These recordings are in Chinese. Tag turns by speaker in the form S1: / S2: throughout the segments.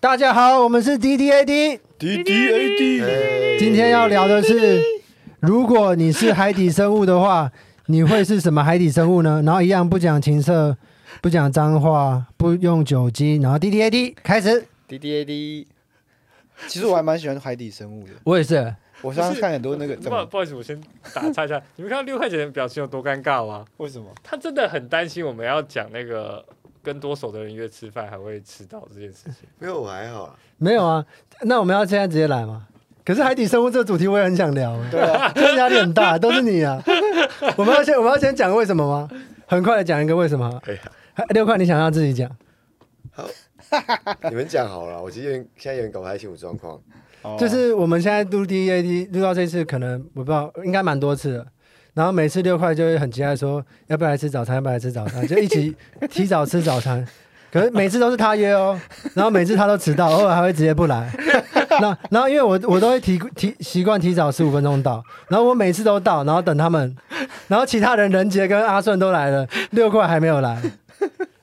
S1: 大家好，我们是 D D A D，
S2: D D A D，
S3: 哎
S1: 今天要聊的是，如果你是海底生物的话，你会是什么海底生物呢？然后一样不讲情色，不讲脏话，不用酒精，然后 D D A D 开始。
S3: D D A D。其实我还蛮喜欢海底生物的，
S1: 我也是，
S3: 我上次看很多那个
S2: 不
S3: 怎
S2: 好
S3: 么
S2: 不好意思，我先打岔一 下，你们看到六块钱的表情有多尴尬吗？
S3: 为什么？
S2: 他真的很担心我们要讲那个跟多手的人约吃饭还会迟到这件事情。
S4: 没有，我还好啦。
S1: 没有啊。那我们要现在直接来吗？可是海底生物这个主题我也很想聊，
S3: 对啊，
S1: 真的压力很大，都是你啊。我们要先我们要先讲为什么吗？很快的讲一个为什么。
S4: 哎呀，
S1: 六块，你想要自己讲，
S4: 你们讲好了，我其实有点现在有点搞不太清楚状况。
S3: 哦
S1: 就是我们现在录 D A D 录到这次，可能我不知道，应该蛮多次了。然后每次六块就会很期待说，要不要来吃早餐，要不要来吃早餐，就一起提早吃早餐。可是每次都是他约哦，然后每次他都迟到，偶尔还会直接不来。 那然后因为我我都会提提习惯提早十五分钟到，然后我每次都到，然后等他们，然后其他人任杰跟阿顺都来了，六块还没有来。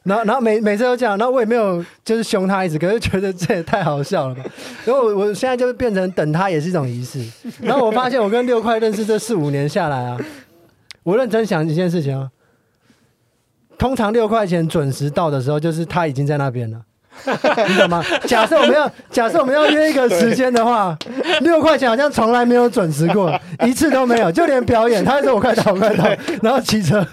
S1: 然后，然后每每次都这样，然后我也没有就是凶他一直，可是觉得这也太好笑了吧。 然后我我现在就变成等他也是一种仪式。然后我发现我跟六块认识这四五年下来啊，我认真想一件事情啊，通常六块钱准时到的时候，就是他已经在那边了。你懂吗？假设我们要假设我们要约一个时间的话，六块钱好像从来没有准时过，一次都没有，就连表演，他还说我快到，我快到，然后骑车，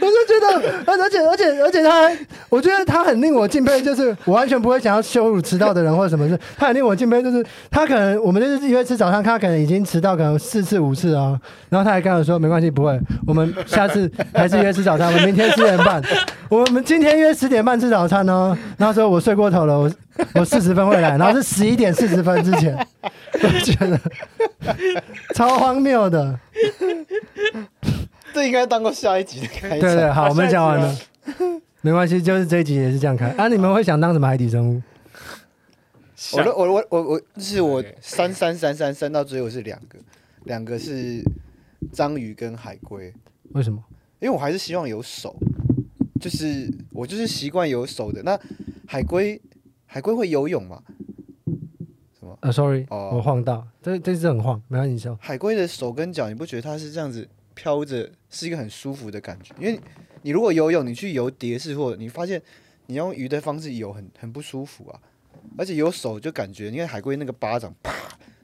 S1: 我就觉得，而 且而且而且他还，我觉得他很令我敬佩，就是我完全不会想要羞辱迟到的人或者什么事。他很令我敬佩，就是他可能我们就是约吃早餐，他可能已经迟到可能四次五次哦，然后他还跟我说没关系，不会，我们下次还是约吃早餐，我们明天四点半，我们今天约十点半吃早餐哦。然后说我睡过头了，我我四十分会来，然后是十一点四十分之前， 我觉得超荒谬的。
S3: 这应该当过下一集的开
S1: 对对，
S3: 场。
S1: 好，我们讲完
S2: 下
S1: 了
S2: 一，
S1: 没关系，就是这一集也是这样开。啊，你们会想当什么海底生物？
S3: 我都
S2: 想
S3: 我我我我，就是我
S2: OK
S3: 三三三三三到最后是两个，两个是章鱼跟海龟，
S1: 为什么？
S3: 因为我还是希望有手，就是我就是习惯有手的。那海龟海龟会游泳嘛？什么？
S1: 呃，sorry，
S3: 哦
S1: 我晃到，这这次很晃，没关系，你说。
S3: 海龟的手跟脚，你不觉得它是这样子飘着，是一个很舒服的感觉？因为你如果游泳，你去游蝶式或者你发现你用鱼的方式游很很不舒服啊，而且有手就感觉，你看海龟那个巴掌，啪，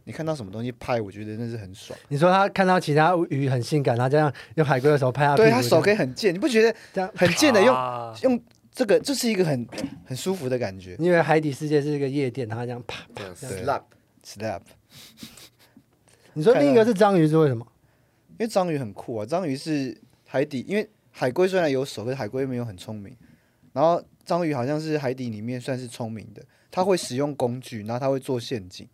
S3: 你看到什么东西拍，我觉得那是很爽。
S1: 你说他看到其他鱼很性感，然后这样用海龟的手拍他屁股，
S3: 对，它手可
S1: 以
S3: 以很贱，你不觉得
S1: 这样。
S3: 很贱的用
S2: 啊
S3: 用这个，这是一个很很舒服的感觉
S1: 你以为海底世界是一个夜店，然后这样啪。
S4: 这样
S3: 对
S4: slap，
S3: ，slap。
S1: 你说
S3: 看到
S1: 另一个是章鱼是为什么？
S3: 因为章鱼很酷啊，章鱼是海底，因为海龟虽然有手，可是海龟没有很聪明。然后章鱼好像是海底里面算是聪明的，它会使用工具，然后它会做陷阱。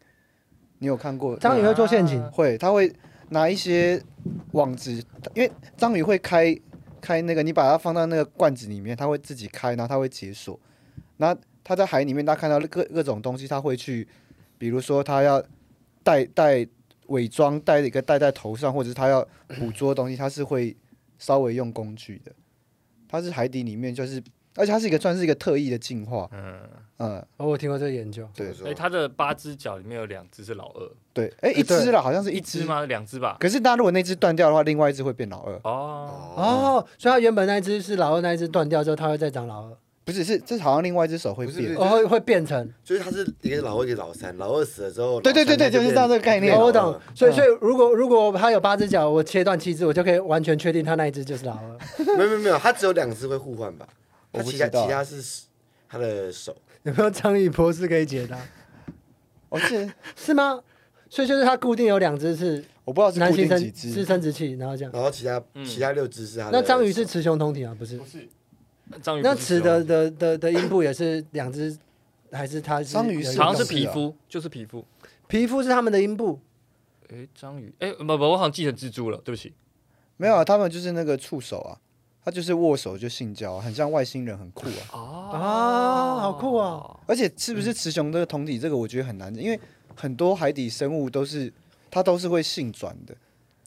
S3: 你有看过？
S1: 章鱼会做陷阱
S2: 啊
S3: 会，它会拿一些网子，因为章鱼会开开那个，你把它放到那个罐子里面，它会自己开，然后它会解锁。那它在海里面，它看到各各种东西，它会去，比如说它要戴戴伪装，戴一个戴在头上，或者是它要捕捉东西，它是会稍微用工具的。它是海底里面就是，而且它是一个算是一个特异的进化，
S2: 嗯，
S3: 嗯，
S1: 哦，我听过这个研究。
S3: 对
S4: 我说
S2: 哎，他的八只脚里面有两只是老二，
S3: 对，哎、一只啦，好像是
S2: 一
S3: 一
S2: 只
S3: 只？
S2: 吗？两只吧。
S3: 可是它如果那只断掉的话，另外一只会变老二。
S2: 哦，
S4: 哦，
S1: 哦，所以它原本那一只是老二，那一只断掉之后，它会再长老二，
S3: 不是，是这好像另外一只手会
S4: 不是
S3: 变
S4: 对。
S1: 哦，会会变成。
S4: 就是他是一个是老二，一个老三，老二死了之后，
S3: 对对对对就是这样这个概念
S1: 哦，我懂。所以，
S3: 嗯
S1: 所以如果如果它有八只脚，我切断七只，我就可以完全确定它那一只就是老二。
S4: 懂。 没有没有没有，他只有两只会互换吧？
S3: 我
S4: 他
S3: 不
S4: 其他
S3: 知道
S4: 其他是他的手，
S1: 有没有张宇博士可以解答？
S3: 我哦是
S1: 是吗？所以就是它固定有两只是
S3: 我不知道是
S1: 男
S3: 固
S1: 性
S3: 定
S1: 生
S3: 几
S1: 是
S3: 只，
S1: 生殖器，然后这样。
S4: 然后其他
S2: 嗯
S4: 其他六只是他的。
S1: 那章鱼是雌雄同体啊？不是？
S2: 是，章鱼不
S1: 那
S2: 是
S1: 雌
S2: 手
S1: 的的的的阴部也是两只，还是它是
S3: 章鱼
S1: 有一
S3: 是
S1: 种
S2: 好像是
S3: 皮
S2: 皮肤，就是皮肤。
S1: 皮肤是它们的阴部？
S2: 哎，章鱼，哎，不不，我好像记成蜘蛛了，对不起。
S3: 没有啊，他们就是那个触手啊，他就是握手就性交啊、很像外星人，很酷啊。
S2: 哦
S1: 啊好酷哦！
S3: 而且是不是雌雄这个同体，这个我觉得很难，因为很多海底生物都是它都是会性转的，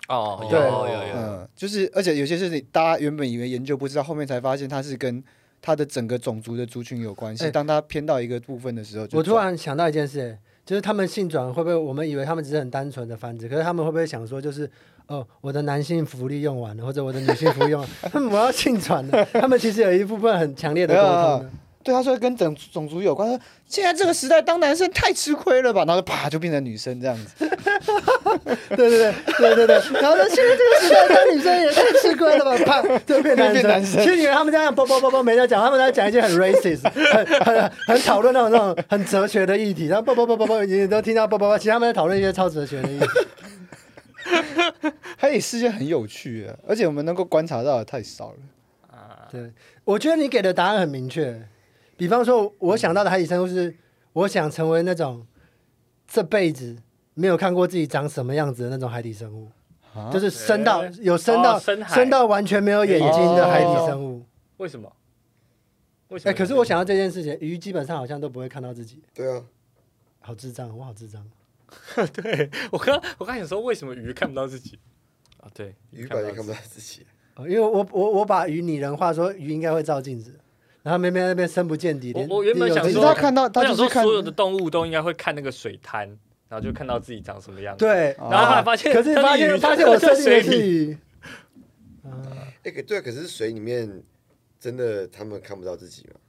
S3: 呃
S2: 哦，有
S1: 对
S4: 啊
S2: 有有有，
S3: 嗯，就是而且有些事情大家原本以为研究不知道，后面才发现它是跟它的整个种族的族群有关系。
S1: 哎
S3: 当它偏到一个部分的时候就，
S1: 我突然想到一件事、哎就是他们性转会不会？我们以为他们只是很单纯的繁殖，可是他们会不会想说，就是哦，我的男性福利用完了，或者我的女性福利用完了， 他们我要性转了？他们其实有一部分很强烈的沟通的。
S3: 对他说跟种种族有关。他说现在这个时代当男生太吃亏了吧，然后就啪就变成女生这样子。
S1: 对对对对对对。然后呢，现在这个时代，当女生也太吃亏了吧？啪，就变男
S3: 变
S1: 生。
S3: 男生
S1: 其实你们他们这样啵啵啵啵没在讲，他们在讲一些很 racist、很很很讨论那种那种很哲学的议题，然后啵啵啵啵啵，你都听到啵啵啵，其实他们在讨论一些超哲学的议题。
S3: 它也是件很有趣的，而且我们能够观察到的太少了。
S2: 啊
S1: 对，我觉得你给的答案很明确。比方说，我想到的海底生物是，我想成为那种这辈子没有看过自己长什么样子的那种海底生物，
S3: 啊
S1: 就是深到
S2: 哎
S1: 有深到、
S2: 哦深海
S1: 深到完全没有眼睛的海底
S3: 哦
S1: 生物。
S2: 为什么？为什
S1: 哎、
S2: 么？
S1: 可是我想到这件事情，鱼基本上好像都不会看到自己，
S4: 对啊，
S1: 好智障，我好智障。
S2: 对 我刚我刚想说，为什么鱼看不到自己？啊，对，
S4: 鱼本来
S2: 自
S4: 看
S2: 己。
S4: 不到自己，
S1: 哦因为我我我把鱼拟人化，说鱼应该会照镜子，然后妹妹那边深不见底。
S2: 我
S1: 连
S2: 我原
S1: 连
S2: 本
S1: 有
S2: 想
S3: 可
S1: 镜
S3: 是
S1: 子
S2: 说
S1: 都
S3: 他
S1: 看
S3: 看到，
S2: 我
S3: 他
S2: 想
S3: 就是
S2: 说，
S3: 看
S2: 所有的动物都应该会看那个水滩，然后就看到自己长什么样子。
S1: 对，
S3: 哦
S2: 然后后来发现，
S1: 可是发
S2: 它的
S1: 现
S2: 鱼
S1: 发现我设定
S2: 在
S1: 的
S2: 水
S1: 是
S2: 里，
S1: 鱼。
S4: 哎、可对啊，可是水里面真的他们看不到自己嘛？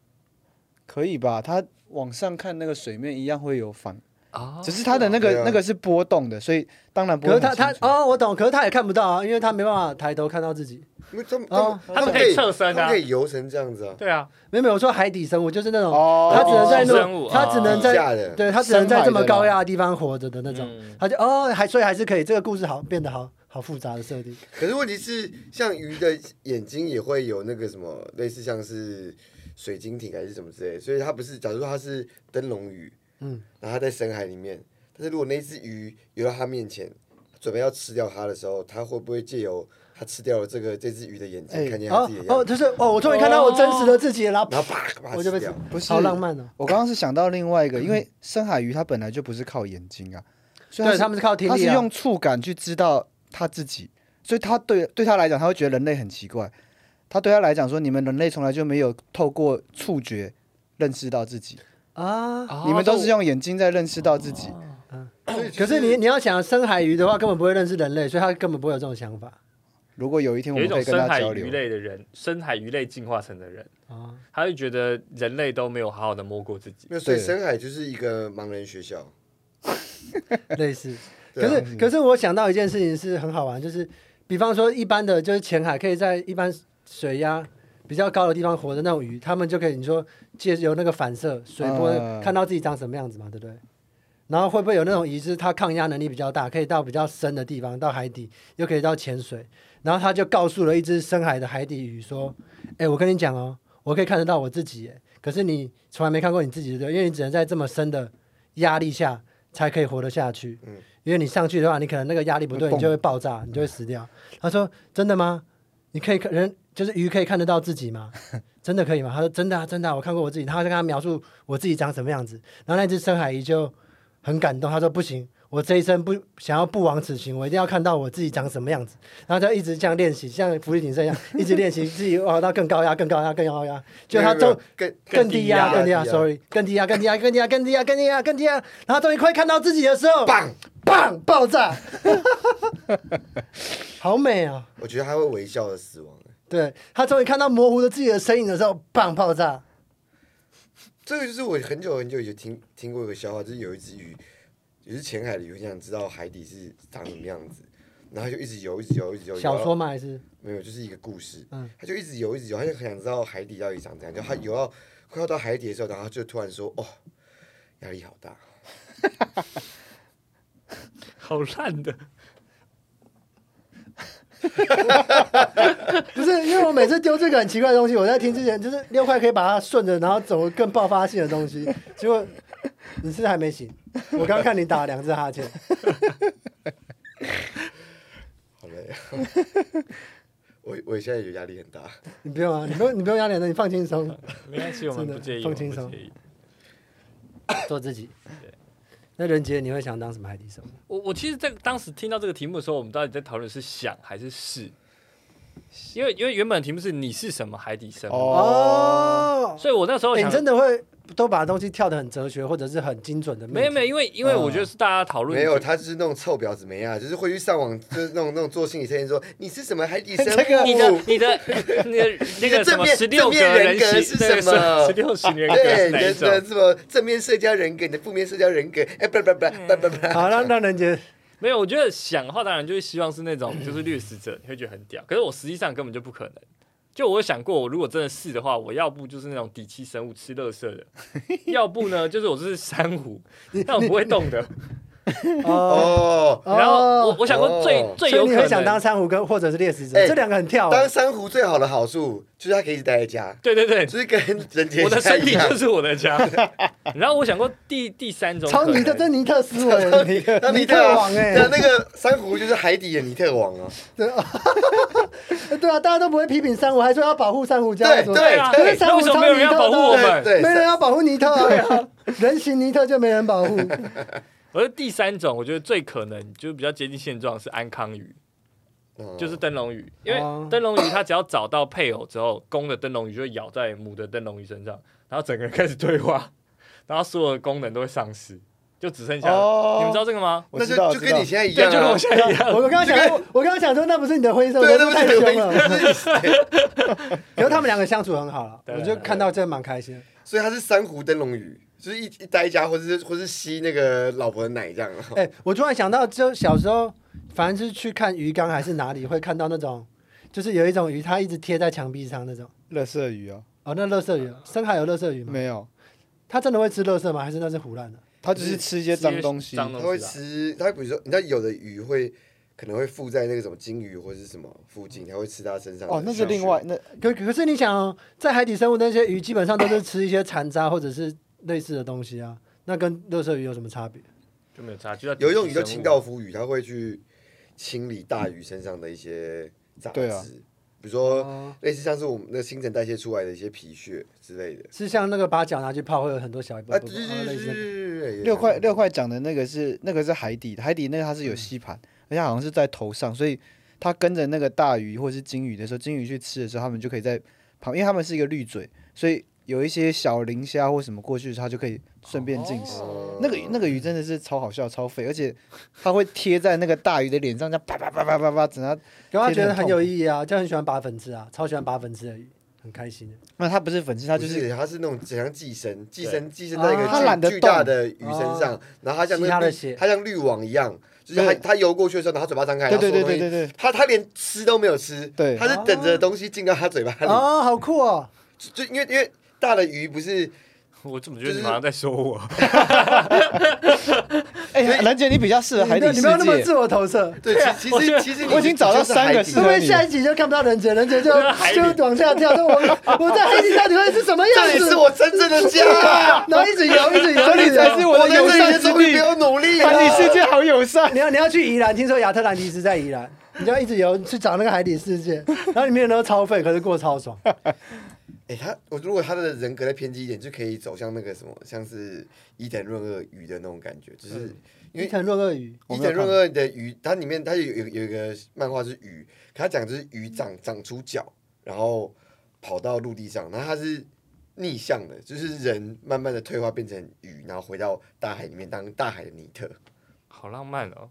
S3: 可以吧？它往上看那个水面一样会有反，
S2: 啊
S3: 只是它的那
S4: 对
S3: 个
S4: 啊
S3: 那个是波动的，所以当然不
S1: 哦可
S3: 会
S1: 是
S3: 很
S1: 他
S3: 清楚。
S1: 他哦，我懂，可是他也看不到啊，因为他没办法抬头看到自己。
S4: 因为他们、
S1: 哦
S4: 他们
S2: 他们可以侧身啊
S4: 他们可以游成这样子啊，
S2: 对啊，
S1: 没有没有，我说海底生物就是那种，
S3: 哦
S1: 他只能在
S2: 生物
S1: 那，他只能
S4: 底下
S1: 在，
S4: 的，
S1: 对他只能在这么
S3: 深海的啦
S1: 高压的地方活着的那种。
S2: 嗯
S1: 他就哦，还所以还是可以，这个故事好变得好好复杂的设定。
S4: 可是问题是，像鱼的眼睛也会有那个什么，类似像是水晶体还是什么之类的，所以它不是，假如说它是灯笼鱼，
S1: 嗯，
S4: 然后它在深海里面，但是如果那只鱼游到它面前，准备要吃掉它的时候，它会不会借由它吃掉了这个这只鱼的眼睛，
S3: 哎
S4: 看见它
S1: 哦
S4: 自己的样
S1: 哦，
S4: 子，
S1: 就是哦，我终于看到我真实的自己了，然后
S4: 然后啪把它
S1: 我就
S4: 吃
S1: 被
S4: 掉，
S3: 不是
S1: 好浪漫哦。
S3: 我刚刚是想到另外一个，因为深海鱼它本来就不是靠眼睛啊，所以它
S1: 对，
S3: 是
S1: 他们是靠听
S3: 它
S1: 力
S3: 是
S1: 啊。
S3: 用触感去知道它自己，所以它对对它来讲，它会觉得人类很奇怪。它对它来讲说，你们人类从来就没有透过触觉认识到自己，
S1: 啊，
S2: 哦
S3: 你们都是用眼睛在认识到自
S4: 哦
S3: 己。
S4: 所以
S1: 可
S4: 就
S1: 是你你要想深海鱼的话，根本不会认识人类，所以他根本不会有这种想法
S3: 如果有一天我
S2: 有一
S3: 们可
S2: 种
S3: 以跟
S2: 深
S3: 它
S2: 海
S3: 交
S2: 鱼
S3: 流，
S2: 类的人，深海鱼类进化成的人，
S1: 啊。
S2: 他会觉得人类都没有好好的摸过自己。
S4: 没有，所以
S3: 对
S4: 深海就是一个盲人学校，
S1: 类似。
S4: 对
S1: 可
S4: 啊
S1: 是，可是我想到一件事情是很好玩，就是比方说一般的就是浅海可以在一般水压比较高的地方活的那种鱼，它们就可以你说借由那个反射水波、
S4: 啊
S3: 嗯
S1: 看到自己长什么样子嘛，对不对？然后会不会有那种鱼是它抗压能力比较大，可以到比较深的地方，到海底又可以到潜水，然后他就告诉了一只深海的海底鱼说：“哎，我跟你讲哦，我可以看得到我自己耶，可是你从来没看过你自己，对不对？因为你只能在这么深的压力下才可以活得下去。
S4: 嗯
S1: 因为你上去的话，你可能那个压力不对，
S3: 会蹦
S1: 你就会爆炸，你就会死掉。”他说：“真的吗？你可以看人，就是鱼可以看得到自己吗？” 真的可以吗？他说：“真的啊，真的啊、我看过我自己。”他就跟他描述我自己长什么样子，然后那只深海鱼就很感动，他说：“不行。”我这一生不想要不枉此行，我一定要看到我自己长什么样子。然后就一直这样练习，像浮力挺身一样，一直练习自己熬到更高压、更高压、更高压，就他
S4: 没有没
S1: 终
S4: 有更
S1: 更低压、更低压
S4: 更低压
S1: ，sorry，更低压、更低压、更低压、更低压、更低压、更低压，然后终于快看到自己的时候，
S4: 棒，
S1: 棒爆炸， 好美啊！
S4: 我觉得他会微笑的死亡。
S1: 对他终于看到模糊的自己的身影的时候，棒爆炸，
S4: 这个就是我很久很久以前听听过一个笑话，就是有一只鱼，也是浅海的鱼，很想知道海底是长什么样子，然后它就一直游，一直游，一直游。游到
S1: 小说吗？还是
S4: 没有，就是一个故事。
S1: 嗯
S4: 它就一直游，一直游，它就很想知道海底到底长怎样。就它游到快要到海底的时候，然后它就突然说：“哦，压力好大。
S2: 好烂的，
S1: 不是？因为我每次丢这个很奇怪的东西，我在听之前就是六块可以把它顺着，然后走更爆发性的东西， 结果你是不是还没醒？我刚看你打了两只哈欠。”
S4: 好累啊！我我现在有压力很大。
S1: 你不用啊，你不用，你不用压脸的，你放轻松，
S2: 没关系，我们
S1: 真的
S2: 不介意，我
S1: 放
S2: 们
S1: 轻
S2: 不
S1: 松
S2: 介意。
S1: 做自己。那任杰，你会想当什么海底生物？
S2: 我我其实，在当时听到这个题目的时候，我们到底在讨论是想还是是？因为因为原本题目是你是什么海底生物，
S3: 哦，
S1: 哦，
S2: 所以我那时候
S1: 哎
S2: 想
S1: 你真的会都把东西跳得很哲学，或者是很精准的命
S2: 没
S1: 题。
S2: 有没有，因为因为我觉得是大家讨论
S4: 嗯没有，他就是那种臭婊子没啊，就是会去上网，就是那种那种做心理测验说你是什么海底生 物，
S3: 这个
S2: 你的你 的你的那个什
S4: 正
S2: 么
S4: 面
S2: 十六
S4: 正
S2: 个
S4: 面人格
S2: 形
S4: 是什么
S2: 十六型人格
S4: 对
S2: 是
S4: 你
S2: 哪一
S4: 的
S2: 种？
S4: 什么正面社交人格，你的负面社交人格，哎，不不不
S3: 嗯
S4: 不不不，
S1: 好，那那人杰
S2: 没有，我觉得想的话，当然就是希望是那种 就是掠食者，你会觉得很屌。可是我实际上根本就不可能。就我有想过，我如果真的是的话，我要不就是那种底栖生物吃垃圾 的，要不呢就是我就是珊瑚，但我不会动的。
S1: 哦，
S4: 哦，
S2: 然后我我想过最
S4: 哦
S2: 最
S1: 所以
S2: 有
S1: 你
S2: 可
S1: 会想当
S2: 能，
S1: 珊瑚跟或者是猎食者，
S4: 哎
S1: 这两个很跳欸。
S4: 当珊瑚最好的好处就是它可以一直待在家，
S2: 对对对，
S4: 就是跟人 杰
S2: 我的身
S4: 一
S2: 体
S4: 样
S2: 就。是我的 家。然后我想过第第三种可
S1: 超
S2: 能，
S1: 尼特，这尼特思维，尼特
S4: 那
S1: 尼
S4: 尼
S1: 特
S4: 特
S1: 王
S3: 欸
S1: 哎、
S4: 那那个珊瑚就是海底的尼特王啊，
S1: 对啊，大家都不会批评珊瑚，还说要保护珊瑚礁
S4: 对
S1: 什么的，
S2: 对啊，
S1: 可是珊
S2: 那
S1: 瑚
S2: 为什么没有人要保护我们？
S4: 对
S1: 没人要保护尼特啊， 人形尼特就没人保 护。
S2: 我觉得第三种，我觉得最可能就是比较接近现状是安康鱼，
S4: 嗯
S2: 就是灯笼鱼，因为
S1: 哦
S2: 灯笼鱼它只要找到配偶之后，公的灯笼鱼就会咬在母的灯笼鱼身上，然后整个人开始退化， 然后所有的功能都会丧失，就只剩下、
S3: 哦
S2: 你们知道这个吗？
S3: 我
S4: 那
S3: 知
S4: 就
S3: 道，
S4: 就
S3: 知
S4: 跟
S3: 道
S4: 你现在一
S2: 对，
S4: 样
S2: 就跟我
S4: 啊，
S2: 现在一样，
S1: 我刚刚想说，我刚刚想说，那不是你的灰色，
S4: 对，
S1: 我
S4: 那
S1: 说
S4: 不
S1: 太
S4: 是
S1: 凶
S4: 有意
S1: 了。
S4: 思就是
S1: 可是他们两个相处很好了，啊
S2: 对啊
S1: 我就看到这蛮开心的。
S4: 所以它是珊瑚灯笼鱼，就是一一待一家，或者是或是吸那个老婆的奶这样啊。
S1: 哎、我突然想到，就小时候，反正是去看鱼缸还是哪里，会看到那种，就是有一种鱼，它一直贴在墙壁上那种。
S3: 乐色鱼啊，
S1: 哦，那乐色鱼，深海有乐色鱼吗？
S3: 没有，
S1: 它真的会吃乐色吗？还是那是胡乱的？
S3: 它就是吃一些脏东西，
S2: 脏
S4: 它
S2: 东
S4: 会
S2: 西啊
S4: 吃，它比如说，你知道有的鱼会可能会附在那个什么金鱼或者是什么附近，它会吃它身上的
S3: 哦，那是另外那
S1: 可可是你想、哦，在海底生物那些鱼基本上都是吃一些残渣或者是类似的东西啊，那跟乐色鱼有什么差别？
S2: 就没有差，就叫
S4: 有一种鱼叫清
S3: 啊
S4: 道夫鱼，它会去清理大鱼身上的一些杂质，
S3: 对啊
S4: 比如说
S1: 哦
S4: 类似像是我们的新陈代谢出来的一些皮屑之类的。
S1: 是像那个把脚拿去泡，会有很多小一波
S4: 啊，
S1: 波
S4: 对
S1: 波，哦
S4: 对
S1: 类
S4: 对
S1: 似那个。
S4: 对对，
S3: 六块六块讲的那个是那个是海底的，海底那个它是有吸盘，而且好像是在头上，所以它跟着那个大鱼或是金鱼的时候，金鱼去吃的时候，它们就可以在旁，因为它们是一个绿嘴，所以有一些小磷虾或什么过去，它就可以顺便进食。
S4: 哦
S3: 那个那个鱼真的是超好笑、超肥，而且它会贴在那个大鱼的脸上，这样啪啪啪啪啪啪，整它
S1: 然后他觉
S3: 贴
S1: 得
S3: 得很
S1: 很
S3: 痛
S1: 有意义啊，就很喜欢拔粉刺啊，超喜欢拔粉刺的鱼，很开心的。
S3: 那它不是粉刺，它
S4: 它
S3: 就
S4: 就是是它是那种只像寄生，寄生寄生在一
S1: 啊它
S4: 个
S3: 懒得
S4: 巨巨大
S3: 动哦
S4: 的鱼身上，然后它像
S1: 吸它
S4: 那
S1: 的
S4: 个
S1: 血
S4: 绿它像滤网一样，就是它
S3: 对
S4: 它游过去的时候，然后它嘴巴张开，
S3: 对对
S4: 然后所
S3: 对
S4: 有
S3: 对
S4: 东西
S3: 对对，
S4: 它它连吃都没有吃，
S3: 对啊
S4: 它是等着东西进到它嘴巴里，
S1: 哦，好酷哦！
S4: 就就因为因为大的鱼不是
S2: 我怎么觉得你好像在说我？
S3: 哎，兰姐你比较适合海底
S1: 你
S3: 世
S1: 没有那么
S3: 界，
S1: 自我投射。
S4: 对，其
S2: 我
S4: 其
S2: 觉
S4: 实
S2: 得
S4: 其实
S3: 啊我已经找到三个适
S1: 会不
S3: 合
S4: 是
S1: 会
S3: 你
S1: 下一集就看不到人杰，人 杰就
S2: 就在海里
S1: 就往下跳？说我我在海底到底会是什么样
S4: 这里
S1: 子
S4: 是？我真正的 家，
S1: 然后一直游，一直游，
S3: 这
S1: 一
S3: 里
S1: 直
S3: 才是
S1: 游。
S3: 我的
S4: 我在
S3: 友
S4: 这
S3: 善
S4: 里
S3: 之
S4: 终于
S3: 地
S4: 没。有努力
S3: 海底
S4: 了。
S3: 世界好友善，
S1: 你要你要去宜兰，听说亚特兰蒂斯在宜兰，你就要一直游去找那个海底世界，然后里面人都超废，可是过超爽。
S4: 哎，他我如果他的人格再偏激一点，就可以走向那个什么，像是伊藤润二鱼的那种感觉，就是
S1: 伊
S4: 因为
S1: 藤润二鱼，
S3: 嗯我
S4: 伊
S3: 没有
S4: 藤
S3: 看过
S4: 润二的鱼，它里面它有有有一个漫画是鱼，可它讲就是鱼长长出脚，然后跑到陆地上，然后它是逆向的，就是人慢慢的退化变成鱼，然后回到大海里面当大海的尼特。
S2: 好浪漫 哦！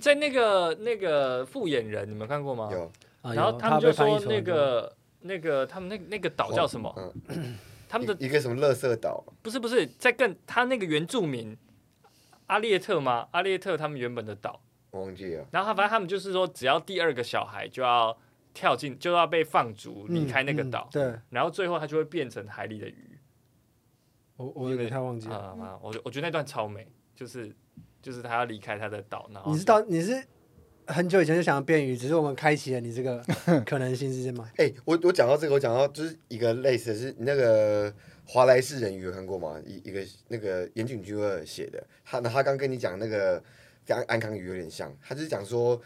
S2: 在那个那个复眼人，你们看过吗？
S4: 有
S1: 啊
S2: 然后
S1: 有
S2: 他们
S1: 被
S2: 就
S1: 翻译
S2: 说
S1: 成
S2: 那个那个他们那那个岛叫什
S3: 哦
S2: 么？
S4: 嗯，
S2: 他们的
S4: 一一个什么乐色岛，
S2: 不是不是在更他那个原住民阿列特吗？阿列特他们原本的岛，
S4: 我忘记了。
S2: 然后他反正他们就是说，只要第二个小孩就要跳进，就要被放逐
S1: 嗯
S2: 离开那个岛
S1: 嗯，对
S2: 然后最后他就会变成海里的鱼
S1: 我我有点太忘记了。
S2: 啊、妈我觉我觉得那段超美，就是就是他要离开他的岛，然后
S1: 你是到你是很久以前就想要变鱼，只是我们开启了你这 个可能性，是吗？
S4: 哎、我我讲到这个，我讲到就是一个类似的是那个华莱士人鱼有看过吗？一一个那个岩井俊二写的，他那他刚跟你讲那个跟安安康鱼有点像，他就是讲说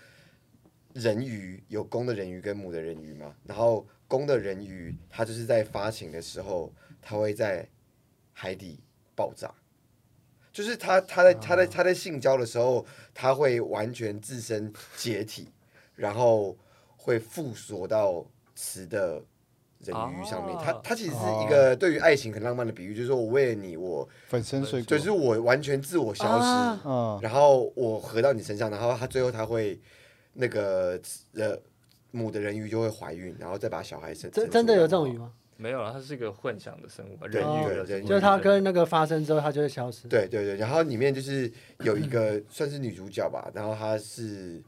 S4: 人鱼有公的人鱼跟母的人鱼嘛，然后公的人鱼它就是在发情的时候，它会在海底爆炸。就是它，它在它在它在性交的时候，它会完全自身解体，然后会附着到词的人鱼上面。
S2: 哦
S4: 它它其实是一
S1: 哦
S4: 个对于爱情很浪漫的比喻，就是说我为了你，我
S3: 粉身碎骨，
S4: 就是我完全自我消失，
S2: 啊
S1: 哦
S3: 啊，
S4: 然后我合到你身上，然后它最后它会那个呃母的人鱼就会怀孕，然后再把小孩生。
S1: 真
S4: 生
S1: 真的
S4: 出来
S1: 有这种鱼吗？
S2: 没有了，它是一个混响的生物吧，
S4: 对
S2: 人鱼
S1: 对
S2: 的生物，
S1: 就是它跟那个发生之后，它就会消失。
S4: 对对对，然后里面就是有一个算是女主角吧，然后她是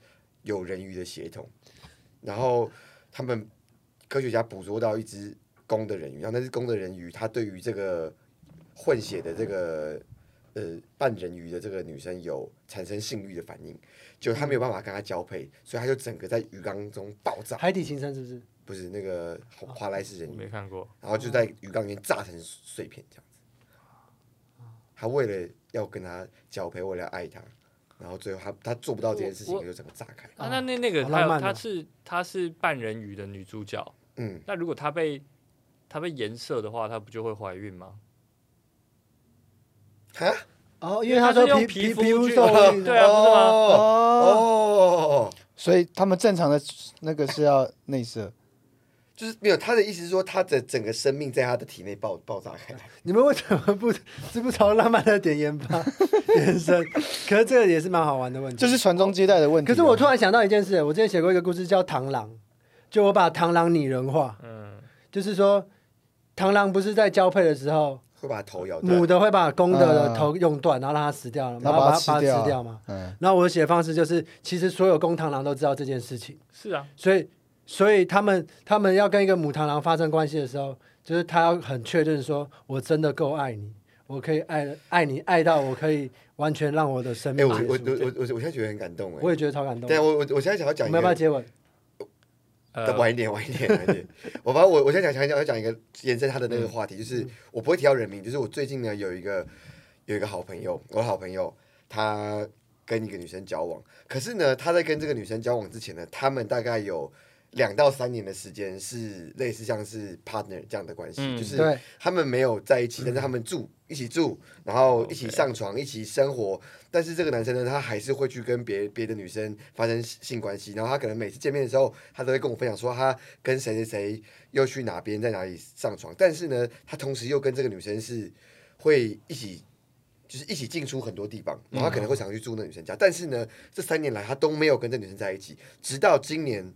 S4: 有人鱼的血统，然后他们科学家捕捉到一只公的人鱼，然后那只公的人鱼，它对于这个混血的这个呃半人鱼的这个女生有产生性欲的反应，就她没有办法跟她交配，所以她就整个在鱼缸中爆炸，
S1: 海底情深是不是？
S4: 不是那个华华莱士人
S2: 我
S4: 鱼，
S2: 没看过，
S4: 然后就在鱼缸里面炸成碎片这样子。他为了要跟他交配，为了爱他，然后最后他他做不到这件事情，
S2: 我
S4: 就整个炸开。
S2: 啊，那那那个
S1: 好
S2: 她
S1: 浪漫哦
S2: 有她是她是半人鱼的女主角，
S4: 嗯，
S2: 那如果她被她被颜色的话，她不就会怀孕吗？
S4: 哈
S1: 哦，因为他说
S2: 它是
S1: 皮
S2: 用
S1: 皮
S2: 皮肤
S1: 皮肤
S2: 去
S1: 受
S2: 哦
S1: 孕，
S2: 对啊不是吗
S4: 哦
S3: 哦，
S4: 哦，
S3: 所以他们正常的那个是要内射，
S4: 就是没有他的意思是说，他的整个生命在他的体内爆爆炸开来。
S1: 你们为什么不 是不朝浪漫的点研发延 伸？可是这个也是蛮好玩的问题。
S3: 这是传宗接代的问题
S1: 可
S3: 啊。
S1: 是我突然想到一件事，我之前写过一个故事叫《螳螂》，就我把螳螂拟人化，
S2: 嗯，
S1: 就是说螳螂不是在交配的时候，
S4: 会把头咬
S1: 母
S4: 断，
S1: 的会把公的
S3: 哦嗯
S1: 头用断，然后让它死掉了，
S3: 然
S1: 然
S3: 后
S1: 后把
S3: 把它
S1: 它把它
S3: 吃掉
S1: 吃掉嘛。
S3: 嗯，
S1: 然后我写的方式就是，其实所有公螳螂都知道这件事情，
S2: 是啊，
S1: 所以所以他们他们要跟一个母螳螂发生关系的时候，就是他要很确认说，我真的够爱你，我可以爱爱你爱到我可以完全让我的生
S4: 哎、
S1: 命
S4: 我我
S1: 结
S4: 我
S1: 束。
S4: 我我我现在觉得很感动
S1: 我
S4: 哎。
S1: 也觉得超感动。
S4: 但我我我现在想要讲
S1: 我
S4: 一
S1: 们要不要
S4: 个，
S1: 接吻？
S2: 呃
S4: 晚一点，晚一点，晚 一点。我反正我我现在想想要讲一个延伸他的那
S2: 嗯
S4: 个话题，就是我不会提到人名，就是我最近呢有一个有一个好朋友，我的好朋友他跟一个女生交往，可是呢他在跟这个女生交往之前呢，他们大概有两到三年的时间是类似像是 partner 这样的关系，
S2: 嗯
S4: 就是
S1: 对，
S4: 他们没有在一起，但是他们住一起住，然后一起上床，一起生活。但是这个男生呢，他还是会去跟别别的女生发生性关系，然后他可能每次见面的时候，他都会跟我分享说他跟谁谁谁又去哪边，在哪里上床。但是呢，他同时又跟这个女生是会一起。就是一起进出很多地方，然后他可能会想去住那女生家，但是呢，这三年来他都没有跟这女生在一起，直到今年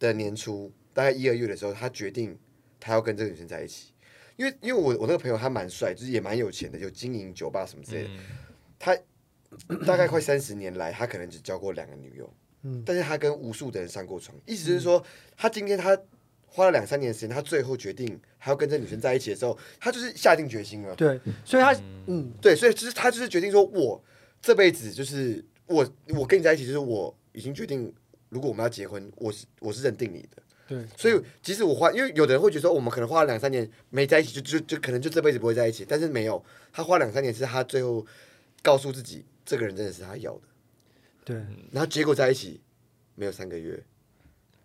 S4: 的年初，大概一二月的时候，他决定他要跟这个女生在一起，因为因为我我那个朋友他蛮帅，就是也蛮有钱的，有经营酒吧什么之类
S2: 嗯
S4: 的。他大概快三十年来，他可能只交过两个女友，
S1: 嗯
S4: 但是他跟无数的人上过床。意思就是说，他今天他花了两三年的时间，他最后决定还要跟这女生在一起的时候，他就是下定决心了。
S1: 对，所以他嗯，
S4: 对，所以就是他就是决定说，我这辈子就是我我跟你在一起，就是我已经决定，如果我们要结婚，我是我是认定你的。
S1: 对，
S4: 所以即使我花，因为有的人会觉得说，我们可能花了两三年没在一起，就就就可能就这辈子不会在一起。但是没有，他花两三年是他最后告诉自己，这个人真的是他要的。
S1: 对，
S2: 嗯
S4: 然后结果在一起没有三个月，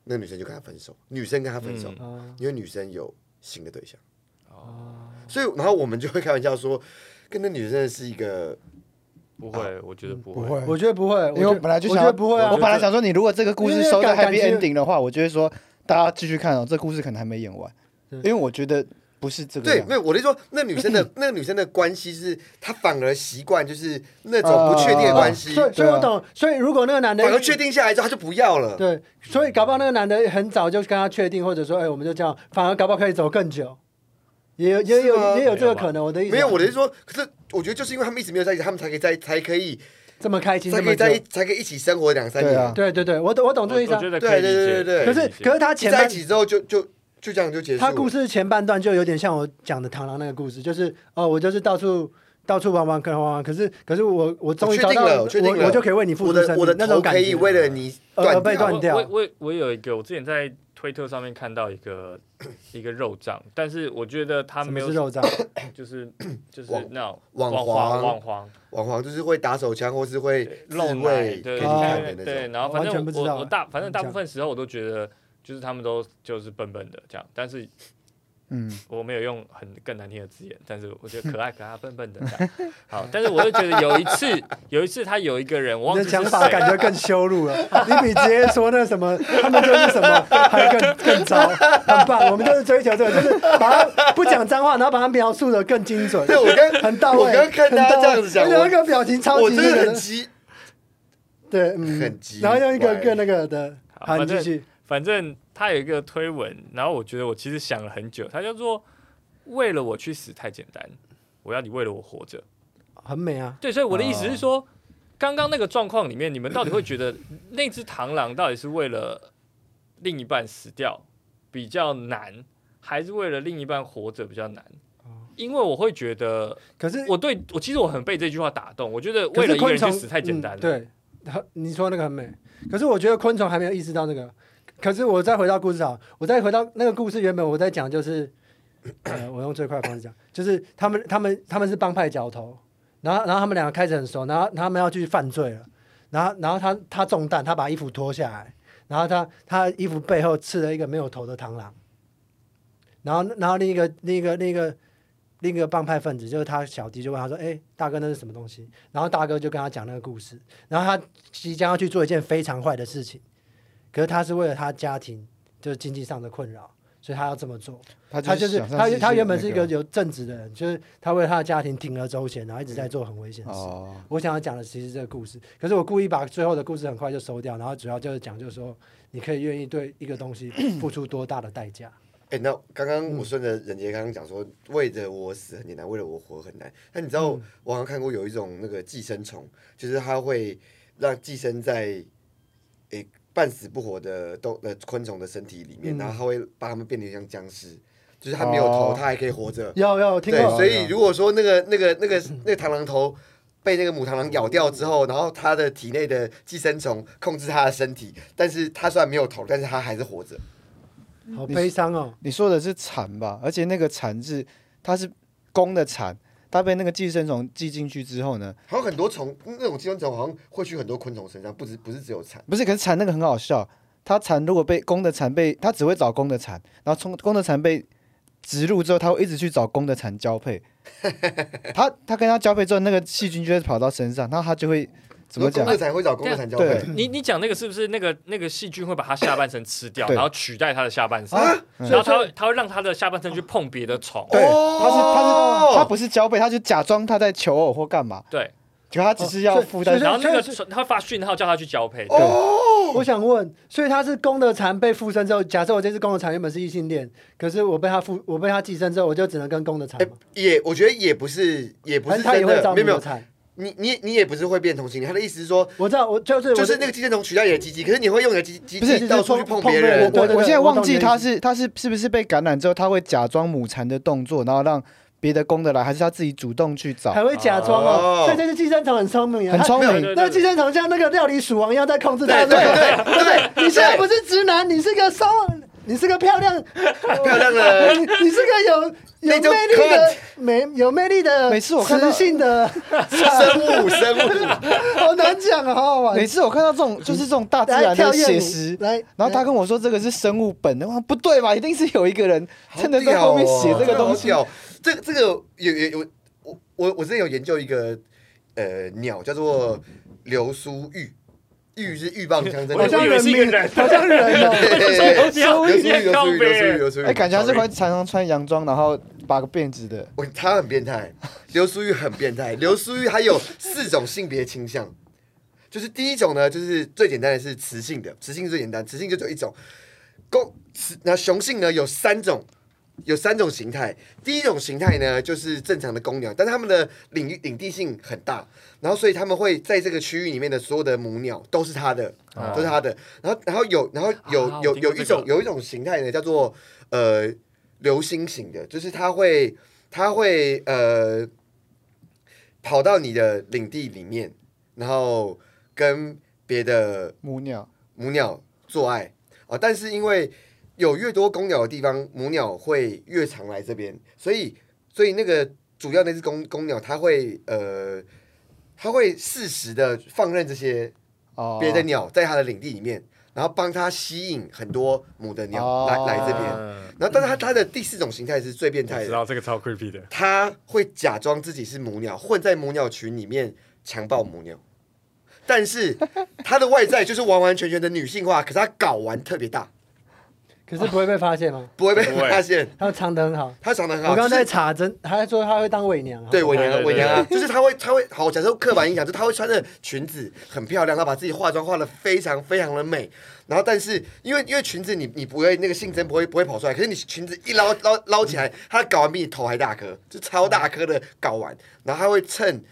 S4: 那女生就跟他分手，女生跟他分手，
S2: 嗯
S1: 啊，
S4: 因为女生有新的对象。
S2: 哦，
S4: 所以然后我们就会开玩笑说，跟那女生真的是一个
S2: 嗯不会，我觉得不
S3: 不会，
S1: 我觉得不会，
S3: 因为
S1: 我
S3: 我
S1: 觉
S3: 本来就
S1: 我
S3: 想
S1: 觉
S3: 要
S1: 得不会啊
S3: 我，本来想说，你如果这个故事收在
S1: 因为感
S3: happy
S1: 感
S3: ending 的话，我就会说大家继续看哦，这故事可能还没演完，
S1: 对
S3: 因为我觉得不是这个
S4: 对，
S3: 样
S4: 没。有，我的意思说，那女 生的那个女生的关系是，她反而习惯就是那种
S2: 哦
S4: 不确定的关系，
S1: 哦所以所以
S3: 啊
S1: 我懂，所以如果那个男的
S4: 反而确定下来之后，她就不要了。
S1: 对，所以搞不好那个男的很早就跟他确定，或者说，哎，我们就这样，反而搞不好可以走更久，也有也
S4: 是吗
S1: 有也有这
S2: 没有
S1: 个
S2: 吧
S1: 可能。我的意思
S4: 没有，我的意思说，可是我觉得就是因为他们一直没有在一起，他们才可以在才可以
S1: 这么开心，
S4: 才
S1: 这
S4: 可
S1: 么
S4: 以在一
S1: 久，
S4: 才可以一起生活两三年。
S3: 对啊
S1: 对对对，我懂我懂这个意思
S2: 我
S1: 啊
S2: 觉。得可
S4: 对
S2: 以理
S4: 对
S2: 解
S4: 对对对
S1: 可是
S2: 理解
S1: 可是他前
S4: 在
S1: 半
S4: 一起之后就就就这样就结束了。
S1: 他故事前半段就有点像我讲的螳螂那个故事，就是哦，我就是到处到处玩玩，可能玩玩，可是可是我我终于
S4: 确
S1: 找
S4: 定
S1: 到
S4: 了
S1: 我
S4: 确定了
S1: 我就可以为你付
S4: 我
S1: 出生
S4: 的
S1: 命，
S4: 我的
S1: 那种
S4: 头
S1: 感
S4: 可以
S1: 觉。
S4: 为了你
S1: 呃
S4: 断
S1: 被断
S4: 掉
S2: 我
S1: 掉
S2: 我我我有一个，我之前在推特上面看到一个 一个肉账，但是我觉得他
S1: 什么
S2: 没有
S1: 是，肉账？
S2: 就是就是
S4: 网
S2: 那种
S4: 网
S2: 网
S4: 黄
S2: 网黄
S4: 网黄就是会打手枪或是会自
S2: 露奶，
S4: 慰
S2: 对对
S4: 给你
S1: 啊
S4: 看
S2: 对
S4: 的那
S2: 对，
S4: 种。
S2: 然后反
S1: 完全
S2: 正
S1: 不知
S2: 我
S1: 道
S2: 我我
S1: 哎
S2: 大反正大
S1: 这
S2: 部
S1: 样
S2: 分时候我都觉得就是他们都就是笨笨的这样，但是
S3: 嗯，
S2: 我没有用很更难听的字眼，但是我觉得可爱可爱笨笨的这 样。好，但是我就觉得有一次，有一次他有一个人，我
S1: 你
S2: 忘
S1: 的
S2: 记是
S1: 讲法
S2: 谁
S1: 感觉更羞辱了，你比直接说那什么，他们就是什么还更更糟，很棒，我们就是追求这个，就是把它不讲脏话，然后把它描述的更精准，
S4: 对我刚
S1: 很到位。
S4: 我刚看大家这样子讲，
S1: 很到位而且
S4: 我
S1: 那个表情超
S4: 我
S1: 级
S4: 真
S1: 那
S4: 的
S1: 个
S4: 很
S1: 的，
S4: 急，
S1: 对，嗯，
S4: 很急
S1: 然后用一个
S4: 歪
S1: 更那个的，
S2: 好
S1: 好，你
S2: 反正
S1: 继续，
S2: 反正他有一个推文，然后我觉得我其实想了很久，他叫做“为了我去死太简单，我要你为了我活着
S1: 很美啊”。。
S2: 对，所以我的意思是说，刚刚那个状况里面，你们到底会觉得那只螳螂到底是为了另一半死掉比较难，还是为了另一半活着比较难？因为我会觉得，
S1: 可是
S2: 我对我其实我很被这句话打动，我觉得
S1: 可
S2: 为
S1: 是
S2: 了一个
S1: 昆
S2: 人去
S1: 虫
S2: 死太简单了。
S1: 嗯。对，很你说那个很美，可是我觉得昆虫还没有意识到那个。可是我再回到故事啊，我再回到那个故事，原本我在讲就是，呃，我用最快的方式讲，就是他们他们他们是帮派角头，然后然后他们两个开始很熟，然后他们要去犯罪了，然后然后他他中弹，他把衣服脱下来，然后他他衣服背后刺了一个没有头的螳螂，然后然后另一个另一个另一个另一个帮派分子就是他小弟就问他说，哎、大哥那是什么东西？然后大哥就跟他讲那个故事，然后他即将要去做一件非常坏的事情，可是他是为了他家庭就是经济上的困扰，所以他要这么做。
S3: 他
S1: 他就是
S3: 想象
S1: 他
S3: 自己
S1: 他原本
S3: 那
S1: 是一个有正直的人，就是他为了他的家庭铤而走险，然后一直在做很危险的事。
S3: 哦，
S1: 我想要讲的其实是这个故事，可是我故意把最后的故事很快就收掉，然后主要就是讲，就是说你可以愿意对一个东西付出多大的代 价。
S4: 哎、那刚刚
S1: 嗯
S4: 我顺着任杰刚刚讲说，为了我死很简单，为了我活很难。那你知道，
S1: 嗯
S4: 我好像看过有一种那个寄生虫，就是它会让寄生在诶、半死不活的动呃昆虫的身体里面，
S1: 嗯
S4: 然后它会把它们变得像僵尸，就是它没有头，
S3: 哦
S4: 它还可以活着。
S1: 有有听
S4: 对，
S1: 过
S4: 所，以如果说那个那个那个那个螳螂头被那个母螳螂咬掉之后，然后它的体内的寄生虫控制它的身体，但是它虽然没有头，但是它还是活着。
S1: 好悲伤哦。
S3: 你说的是蚕吧？而且那个蚕是它是公的蚕，它被那个寄生虫寄进去之后呢，
S4: 好像很多虫，那种寄生虫好像会去很多昆虫身上，不止不是只有蚕。
S3: 不是，可是蚕那个很好笑，它蚕如果被公的蚕被，它只会找公的蚕，然后从公的蚕被植入之后，它会一直去找公的蚕交 配。它它跟它交配之后，那个细菌就会跑到身上，然后它就会怎么讲
S4: 公？的蚕会找公的蚕交
S3: 对
S4: 配，
S2: 你你讲那个是不是那个那个细菌会把它下半身吃掉，
S3: 对
S2: 然后取代它的下半身，
S1: 啊
S2: 然后它会它会让它的下半身去碰别的虫，
S3: 对，
S4: 哦
S3: 它是它是它不是交配，它就假装它在求偶或干嘛，
S2: 对，
S3: 结果它只是要
S1: 哦
S3: 负担
S1: 所以
S2: 然后那个
S1: 所
S2: 虫它会发讯号叫它去交配，
S3: 对
S1: 我想问，所以它是公的蚕被附身之后，假设我这只公的蚕原本是异性恋，可是我被它附我被它寄生之后，我就只能跟公的蚕
S4: 哎、
S1: 吗？
S4: 也我觉得也不是，也不
S1: 还
S4: 是
S1: 是它也
S4: 真
S1: 会招
S4: 的，没
S1: 母
S4: 有
S1: 的
S4: 没有，
S1: 蚕？
S4: 你你你也不是会变同性恋，他的意思是说，
S1: 我知道，我就是我
S4: 就是
S1: 的
S4: 那个寄生虫取代你的鸡鸡，可是你会用你的鸡鸡
S3: 不是
S4: 鸡到处去碰
S1: 碰
S4: 别
S1: 别
S4: 人
S1: 人。对
S3: 我
S1: 对
S3: 我
S1: 对
S3: 现在
S1: 我
S3: 忘
S1: 懂
S3: 记
S1: 你的
S3: 他
S1: 意思
S3: 是他是是不是被感染之后，他会假装母蚕的动作，然后让别的公的来，还是他自己主动去找？
S1: 还会假装哦
S4: 哦，
S1: 所以这只寄生虫很聪明啊，
S3: 很
S1: 它
S3: 聪
S2: 对
S3: 明
S2: 对，
S1: 那寄生虫像那个料理鼠王一样在控制它。对
S4: 对对对对，
S1: 你现在不
S4: 是
S1: 是直男，你是个骚，你是个漂亮，
S4: 漂亮的
S1: 你你是个有有
S4: 那种
S1: 魅力的美有魅力的，
S3: 每次我看到
S1: 雌性的，
S4: 生物生物，
S1: 好难讲啊，好好玩
S3: 每。次我看到 这种就是这种大自
S1: 来
S3: 然
S1: 跳
S3: 的
S1: 跃
S3: 写
S1: 舞
S3: 实，
S1: 来，
S3: 然后他
S1: 来
S3: 跟我说这个是生物本能，我说不对吧？一定是有一个人真的在后面写这个东 西。
S4: 好屌哦这个这个有有有，我我我之前有研究一个呃鸟叫做流苏鹬，鹬是鹬蚌相争，
S2: 我
S1: 好像
S2: 以为
S1: 人
S2: 是一个
S1: 命
S2: 人，
S1: 好像人哦。
S4: 对
S2: 你好
S4: 流苏
S2: 你也
S4: 鹬，流苏
S2: 靠
S4: 鹬，流苏
S2: 北
S4: 鹬，流苏鹬。
S3: 哎，感觉他是
S4: sorry
S3: 会常常穿洋装，然后绑个辫子的。
S4: 我他很变态，流苏玉很变态。流苏玉还有四种性别倾向，就是第一种呢，就是最简单的是雌性的，雌性最简单，雌性就只有一种。公雌那雄性呢有三种，有三种形态。第一种形态呢就是正常的公鸟，但是它们的领域领地性很大，然后所以他们会在这个区域里面的所有的母鸟都是它的，
S2: 啊
S4: 都是它的。然后然后有然后有、
S2: 啊
S4: 有
S2: 我听
S4: 有
S2: 过这
S4: 一
S2: 个
S4: 种有一种形态呢叫做呃流星型的，就是它会它会呃跑到你的领地里面，然后跟别的
S3: 母鸟，
S4: 母鸟做爱啊、但是因为有越多公鸟的地方，母鸟会越常来这边，所以所以那个主要那只公公鸟，它会呃，它会适时的放任这些
S3: 哦，
S4: 别的鸟在它的领地里面，然后帮它吸引很多母的鸟、
S3: 哦
S4: 来来这边。
S2: 嗯
S4: 然后，但是它它的第四种形态是最变
S2: 我
S4: 态
S2: 知
S4: 的，
S2: 道这个超 creepy 的，
S4: 它会假装自己是母鸟，混在母鸟群里面强暴母鸟。但是它的外在就是完完全全的女性化，可是它睾丸特别大，
S1: 可是不会被发现吗？
S4: 不会被
S2: 不会
S4: 发现。
S1: 他藏得很好。
S4: 它长得很
S1: 我
S4: 好，
S1: 刚刚
S4: 啊就是
S1: 在查，真他说他会当伪娘啊。
S4: 对，伪
S2: 对
S4: 娘，
S2: 对
S4: 伪娘啊，
S2: 对
S4: 就是她会，她会，好，假设刻板印象，就是她会穿着裙子很漂亮，她把自己化妆化的非常非常的美，然后但是因为因为裙子你你不会那个性征不会不会跑出来，可是你裙子一捞捞捞起来，她的睾丸比你头还大颗，就超大颗的睾丸，然后她会趁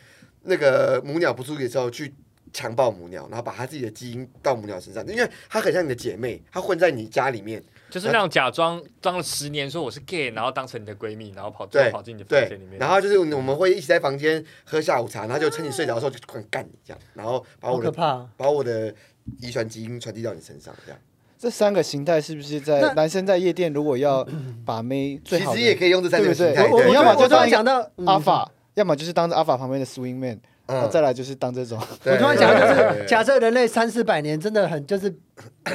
S4: 那个母鸟不注意的时候去。强暴母鸟，然后把她自己的基因到母鸟身上，因为她很像你的姐妹，她混在你家里面，
S2: 就是那种假装装了十年说我是 gay，然后当成你的闺蜜，然后跑
S4: 对
S2: 跑进你的房
S4: 对
S2: 间里，面，嗯
S4: 然后就是我们会一起在房间喝下午茶，然后就趁你睡着的时候就狂干你这样，然后把
S1: 好
S4: 我
S1: 可
S4: 的
S1: 怕啊。
S4: 把我的遗传基因传递到你身上这样。
S3: 这三个形态是不是在
S1: 那嗯
S3: 男生在夜店如果要把妹最
S4: 其
S3: 好的
S4: 实也可以用这三
S3: 对
S4: 种
S3: 不对
S4: 形
S1: 我
S4: 态，
S1: 我
S3: 你
S4: 对
S3: 要么
S1: 我
S3: 就
S1: 突
S3: 当
S1: 然
S3: 一个
S1: 想到
S3: 阿，
S1: 嗯
S3: 法，要么就是当阿法旁边的 swing man，然后再来就是当这种。
S1: 我突然想到
S4: 对对
S1: 就
S4: 对
S1: 是假设人类三四百年真的很就是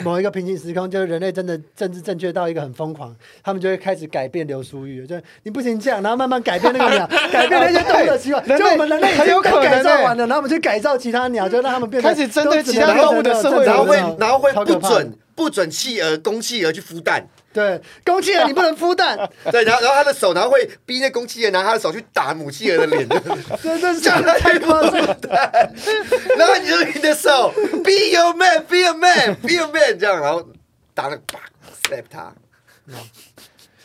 S1: 某一个平行时空，就是人类真的政治正确到一个很疯狂，他们就会开始改变流苏语，就是你不行这样，然后慢慢改变那 个鸟，改变那些动物的习惯，
S3: 哎人类
S1: 就我们人类已
S3: 很有
S1: 经
S3: 可能
S1: 改造
S3: 欸
S1: 完了，然后我们去改造其他鸟，就让他们变成
S3: 开始针对
S1: 都只
S3: 其他
S1: 能变
S3: 动物的
S1: 成那种
S3: 社会
S4: 然后
S1: 正
S4: 会
S1: 常的
S4: 然后会
S1: 超
S4: 不
S1: 可怕的
S4: 准不准企鹅公企鹅去孵蛋，
S1: 对公企鹅你不能孵 蛋，
S4: 对，然后然后他的手，然后会逼那公企鹅拿他的手去打母企鹅的 脸，
S1: 真的是太夸张了。
S4: 然后你就你的手 be your man be your man be your man 这样，然后打了啪 slap 他，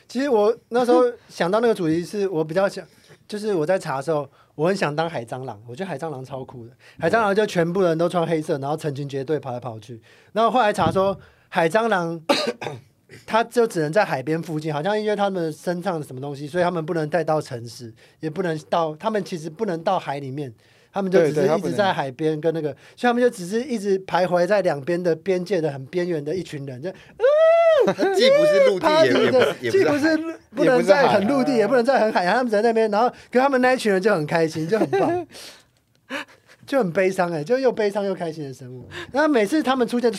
S1: 其实我那时候想到那个主题，是我比较想，就是我在查的时候，我很想当海蟑螂，我觉得海蟑螂超酷的。海蟑螂就全部人都穿黑色，然后成群结队跑来跑去。然后后来查说，海蟑螂 它就只能在海边附近，好像因为它们身上的什么东西，所以它们不能带到城市，也不能到，它们其实不能到海里面。他们就
S3: 对
S1: 只
S3: 对
S1: 是
S3: 它
S1: 一
S3: 不
S1: 直
S3: 能
S1: 在海边跟那个，所以他们就只是一直徘徊在两边的边界的很边缘的一群人，就
S4: 他 既不是陆地
S1: 趴
S4: 也
S1: 地
S4: 也
S1: 的，
S4: 不也
S1: 既
S4: 不
S1: 不
S4: 是海啊
S1: 是不能在很陆地，
S3: 也不
S1: 也
S3: 是海
S1: 不能在很海，他们只能在那边，然后可他们那一群人就很开心，就很棒，就很悲伤哎、就又悲伤又开心的生物。然后每次他们出现就，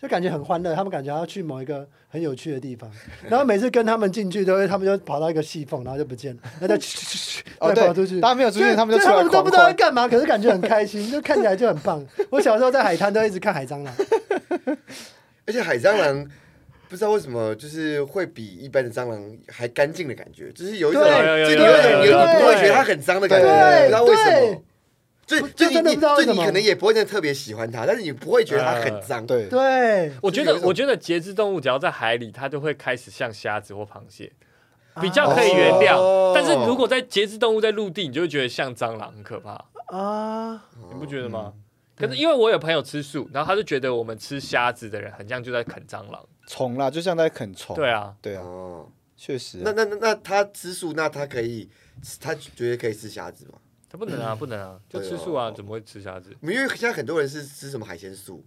S1: 就感觉很欢乐，他们感觉要去某一个很有趣的地方，然后每次跟他们进去都会，他们就跑到一个细缝，然后就不见了，然后就
S3: 哦，
S1: 再跑出
S3: 对，
S1: 去。
S3: 大家没有出现，他们就
S1: 对
S3: 出来
S1: 们都
S3: 狂
S1: 不知道
S3: 欢
S1: 在。干嘛，可是感觉很开心，就看起来就很棒。我小时候在海滩都一直看海蟑螂，
S4: 而且海蟑螂不知道为什么，就是会比一般的蟑螂还干净的感觉，就是有一种，
S1: 对
S4: 就
S2: 有有
S4: 你
S2: 有
S4: 有一种
S2: 有有
S4: 你你不会
S2: 对
S4: 觉得它很脏的感觉，
S1: 对
S4: 不知道为什
S1: 对
S4: 么。就
S1: 不
S4: 就
S1: 就真
S4: 你
S1: 的
S4: 你
S1: 不知道为什
S4: 就你
S1: 么呃
S4: 可能也不会真的特别喜欢它，但是你不会觉得它很脏。
S3: 对，
S1: 对，
S2: 我觉
S4: 就是有一
S2: 得，
S4: 种
S2: 我觉得节肢动物只要在海里，它就会开始像虾子或螃蟹，比较
S1: 啊
S2: 可以原谅。
S4: 哦
S2: 但是如果在节肢动物在陆地，你就会觉得像蟑螂很可怕，
S4: 哦
S1: 啊。
S2: 你不觉得吗？
S4: 嗯
S2: 可是因为我有朋友吃素，然后他就觉得我们吃虾子的人很像就在啃蟑螂。
S3: 虫啦，就像在啃虫。
S2: 对，啊，
S3: 对啊，
S4: 哦，
S3: 确实啊。
S4: 那那那那它吃素，那它可以，它觉得可以吃虾子吗？
S2: 他不能
S4: 嗯
S2: 啊，不能啊，就吃素
S4: 哎
S2: 啊，
S4: 呦
S2: 怎么会吃虾子？
S4: 因为现在很多人是吃什么海鲜素，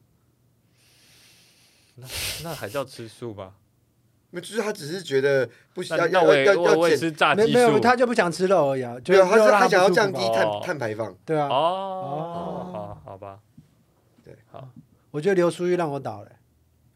S2: 那还叫吃素吧？
S4: 那就是他只是觉得不需
S2: 那
S4: 要
S2: 那
S4: 要
S2: 我也
S4: 要
S2: 我
S4: 要
S2: 我也
S4: 减，
S2: 吃炸
S1: 没
S2: 鸡
S1: 没有，
S2: 素。
S1: 他就不想吃肉而已啊，就
S4: 没有，他是
S1: 又让
S4: 他想要
S1: 不舒服
S4: 降低
S1: 嘛
S4: 碳
S2: 哦
S4: 碳排放。
S1: 对啊，
S2: 哦
S1: 哦，
S2: 好好吧，
S1: 我觉得刘淑玉让我倒了，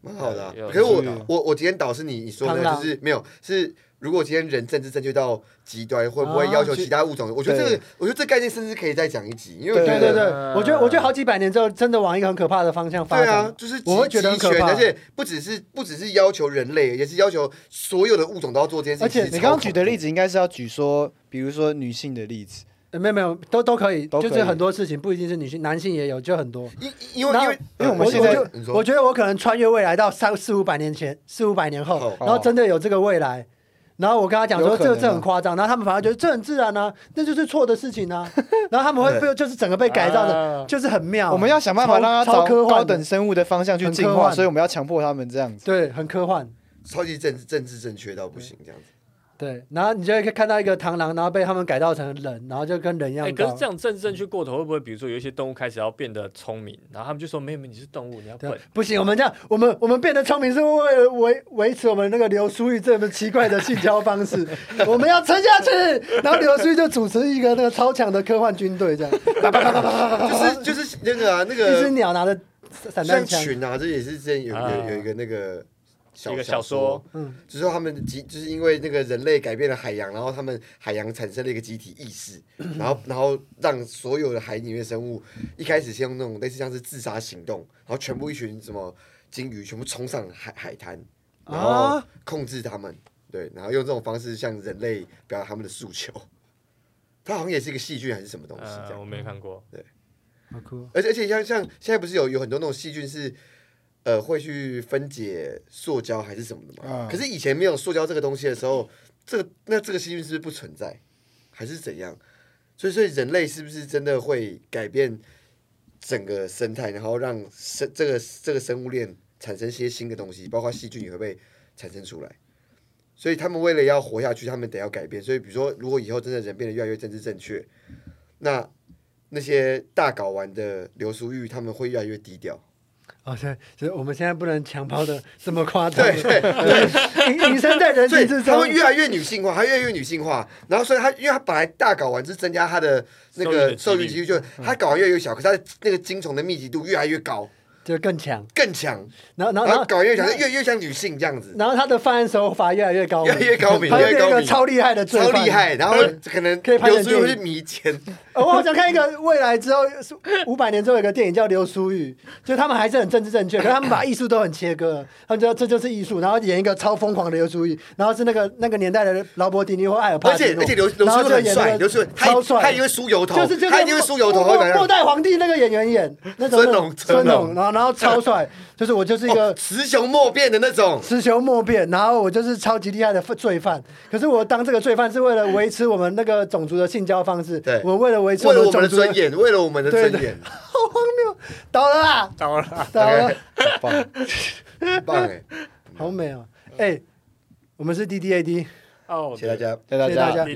S4: 蛮好的、啊
S2: 有。有
S4: 可是我
S3: 注意啊
S4: 我我今天导是你你说
S1: 螳
S4: 的，
S1: 螂
S4: 就是没有是。如果今天人政治正确到极端，会不会
S1: 啊
S4: 要求
S1: 就
S4: 其他物种？我觉得这
S3: 对
S4: 个，我觉得这概念甚至可以再讲一集，因为我
S3: 对
S4: 觉
S1: 对
S4: 得啊
S1: 对对
S2: 嗯，
S1: 我觉得我觉得好几百年之后，真的往一个很可怕的方向发
S4: 对啊
S1: 展，。
S4: 就是集
S1: 我会觉得很
S4: 集
S1: 可
S4: 权，
S1: 怕
S4: 而且不只是不只是要求人类，也是要求所有的物种都要做这件事情。
S1: 而且
S4: 其实
S3: 你
S4: 超
S3: 刚刚
S4: 恐
S3: 举的
S4: 怖
S3: 例子应该是要举说，比如说女性的例子，
S1: 呃没有没有，都都可以，
S3: 都可
S1: 就
S3: 以
S1: 是很多事情不一定是女性，男性也有，就很多。
S4: 因因为
S1: 然
S4: 因
S1: 后
S4: 为
S3: 因为我们
S4: 呃
S3: 现在
S1: 我
S4: 你
S1: 我
S4: 说
S1: 觉得我可能穿越未来到三四五百年前，四五百年后
S4: 哦，
S1: 然后真的有这个未来。然后我跟他讲
S3: 有
S1: 说
S3: 可能
S1: 这
S3: 啊
S1: 这很夸张，然后他们反而觉得这很自然啊，那就是错的事情啊。然后他们会被就是整个被改造的
S2: 啊，
S1: 就是很妙啊。
S3: 我们要想办法
S1: 超
S3: 让它
S1: 超
S3: 朝
S1: 科幻
S3: 高
S1: 的
S3: 等生物的方向去
S1: 很
S3: 进
S1: 科
S3: 化，
S1: 幻
S3: 所以我们要强迫他们这样子。
S1: 对很科幻。
S4: 超级政政治正确到不行这样子。
S1: 对，然后你就会看到一个螳螂，然后被他们改造成人，然后就跟人一样
S2: 哎，可
S1: 高。
S2: 是这样政治正确过头，会不会比如说有一些动物开始要变得聪明，然后他们就说没有没有，你是动物，你要
S4: 啊
S1: 对
S2: 笨。
S1: 不行，我们这样，我们我们变得聪明是为了维维持我们那个刘淑玉这么奇怪的性交方 式，我们要撑下去。然后刘淑玉就主持一个那个超强的科幻军队，这样
S4: 就是就是那个啊，那
S1: 一只
S4: 个
S1: 鸟拿着散弹
S4: 像
S1: 枪，
S4: 群啊，这也是之前有
S2: 啊
S4: 有有一个那个小
S2: 一个
S4: 小
S2: 小说，
S1: 嗯，
S4: 就是说他们的集，就是因为那个人类改变了海洋，然后他们海洋产生了一个集体意 识，然后然后让所有的海里面的生物一开始先用那种类似像是自杀行动，然后全部一群什么鲸鱼全部冲上海海滩，然后
S1: 啊
S4: 控制他们，对，然后用这种方式向人类表达他们的诉求。它好像也是一个戏剧还是什么东西这
S2: 呃，
S4: 样
S2: 我，没看过，
S1: 好酷哦。
S4: 而且而且像像现在不是有有很多那种细菌是，呃，会去分解塑胶还是什么的嘛？
S3: 啊
S4: 可是以前没有塑胶这个东西的时候，这个那这个细菌是不是不存在，还是怎样？所以所以人类是不是真的会改变整个生态，然后让生这个这个生物链产生一些新的东西，包括细菌也会被产生出来？所以他们为了要活下去，他们得要改变。所以比如说，如果以后真的人变得越来越政治正确，那那些大睾丸的流苏玉，他们会越来越低调。
S1: 哦，对，就是我们现在不能强抛的这么夸张，
S4: 对 对
S1: 隐隐身在人
S4: 所以
S1: 群之
S4: 他
S1: 中
S4: 会。越来越女性化，他越来越女性化。然后所以他，因为他本来大睾丸是增加他的那个
S2: 受
S4: 受
S2: 孕的几率
S4: 孕几率，就
S1: 嗯
S4: 他睾丸越来越小，可是他的那个精虫的密集度越来越高，
S1: 就更强，
S4: 更强。
S1: 然后然后然
S4: 然后
S1: 后
S4: 睾丸越强，越越像女性这样子，
S1: 然后他的犯案手法越来越高明，
S4: 越来越高明，
S1: 他
S4: 越
S1: 就变
S4: 来越
S1: 一
S4: 高
S1: 个
S4: 明。
S1: 超厉害的罪
S4: 超
S1: 犯，
S4: 厉害，然后可能
S1: 可以拍成
S4: 流苏玉会
S1: 电
S4: 去迷奸，
S1: 哦！我好想看一个未来之后五百年之后有个电影叫《流苏玉》，就他们还是很政治正确， 可是他们把艺术都很切割了，他们就这就是艺术，然后演一个超疯狂的流苏玉，然后是那个那个年代的劳勃迪尼或艾尔帕
S4: 而
S1: 西
S4: 且
S1: 诺，
S4: 而且流流
S1: 然后
S4: 苏玉
S1: 就
S4: 很
S1: 演那
S4: 帅，
S1: 个
S4: 流苏玉他
S1: 超帅，
S4: 他一定会梳油头，
S1: 就是这个
S4: 他一定会梳油头，
S1: 末
S4: 会哦怎
S1: 末
S4: 样？
S1: 代皇帝那个演员演那种
S4: 孙龙
S1: 孙
S4: 孙
S1: 龙，
S4: 龙
S1: 然后然后 超帅，就是我就是一个
S4: 哦雌雄莫辨的那种。
S1: 雌雄莫辨，然后我就是超级厉害的罪犯。可是我当这个罪犯是为了维持我们那个种族的性交方式，
S4: 对
S1: 我为了维持
S4: 为了我们
S1: 种
S4: 的
S1: 族的
S4: 尊，严，为了我们的
S1: 对
S4: 尊
S1: 对
S4: 严，
S1: 好荒谬，倒了啦，
S2: 当然了，
S1: 倒了，
S3: 很棒，
S4: 很棒哎！
S1: 好美哦！哎，我们是 D D A D，
S2: 哦，
S4: 谢谢大家。
S3: 谢谢
S1: 谢谢大家
S2: 对，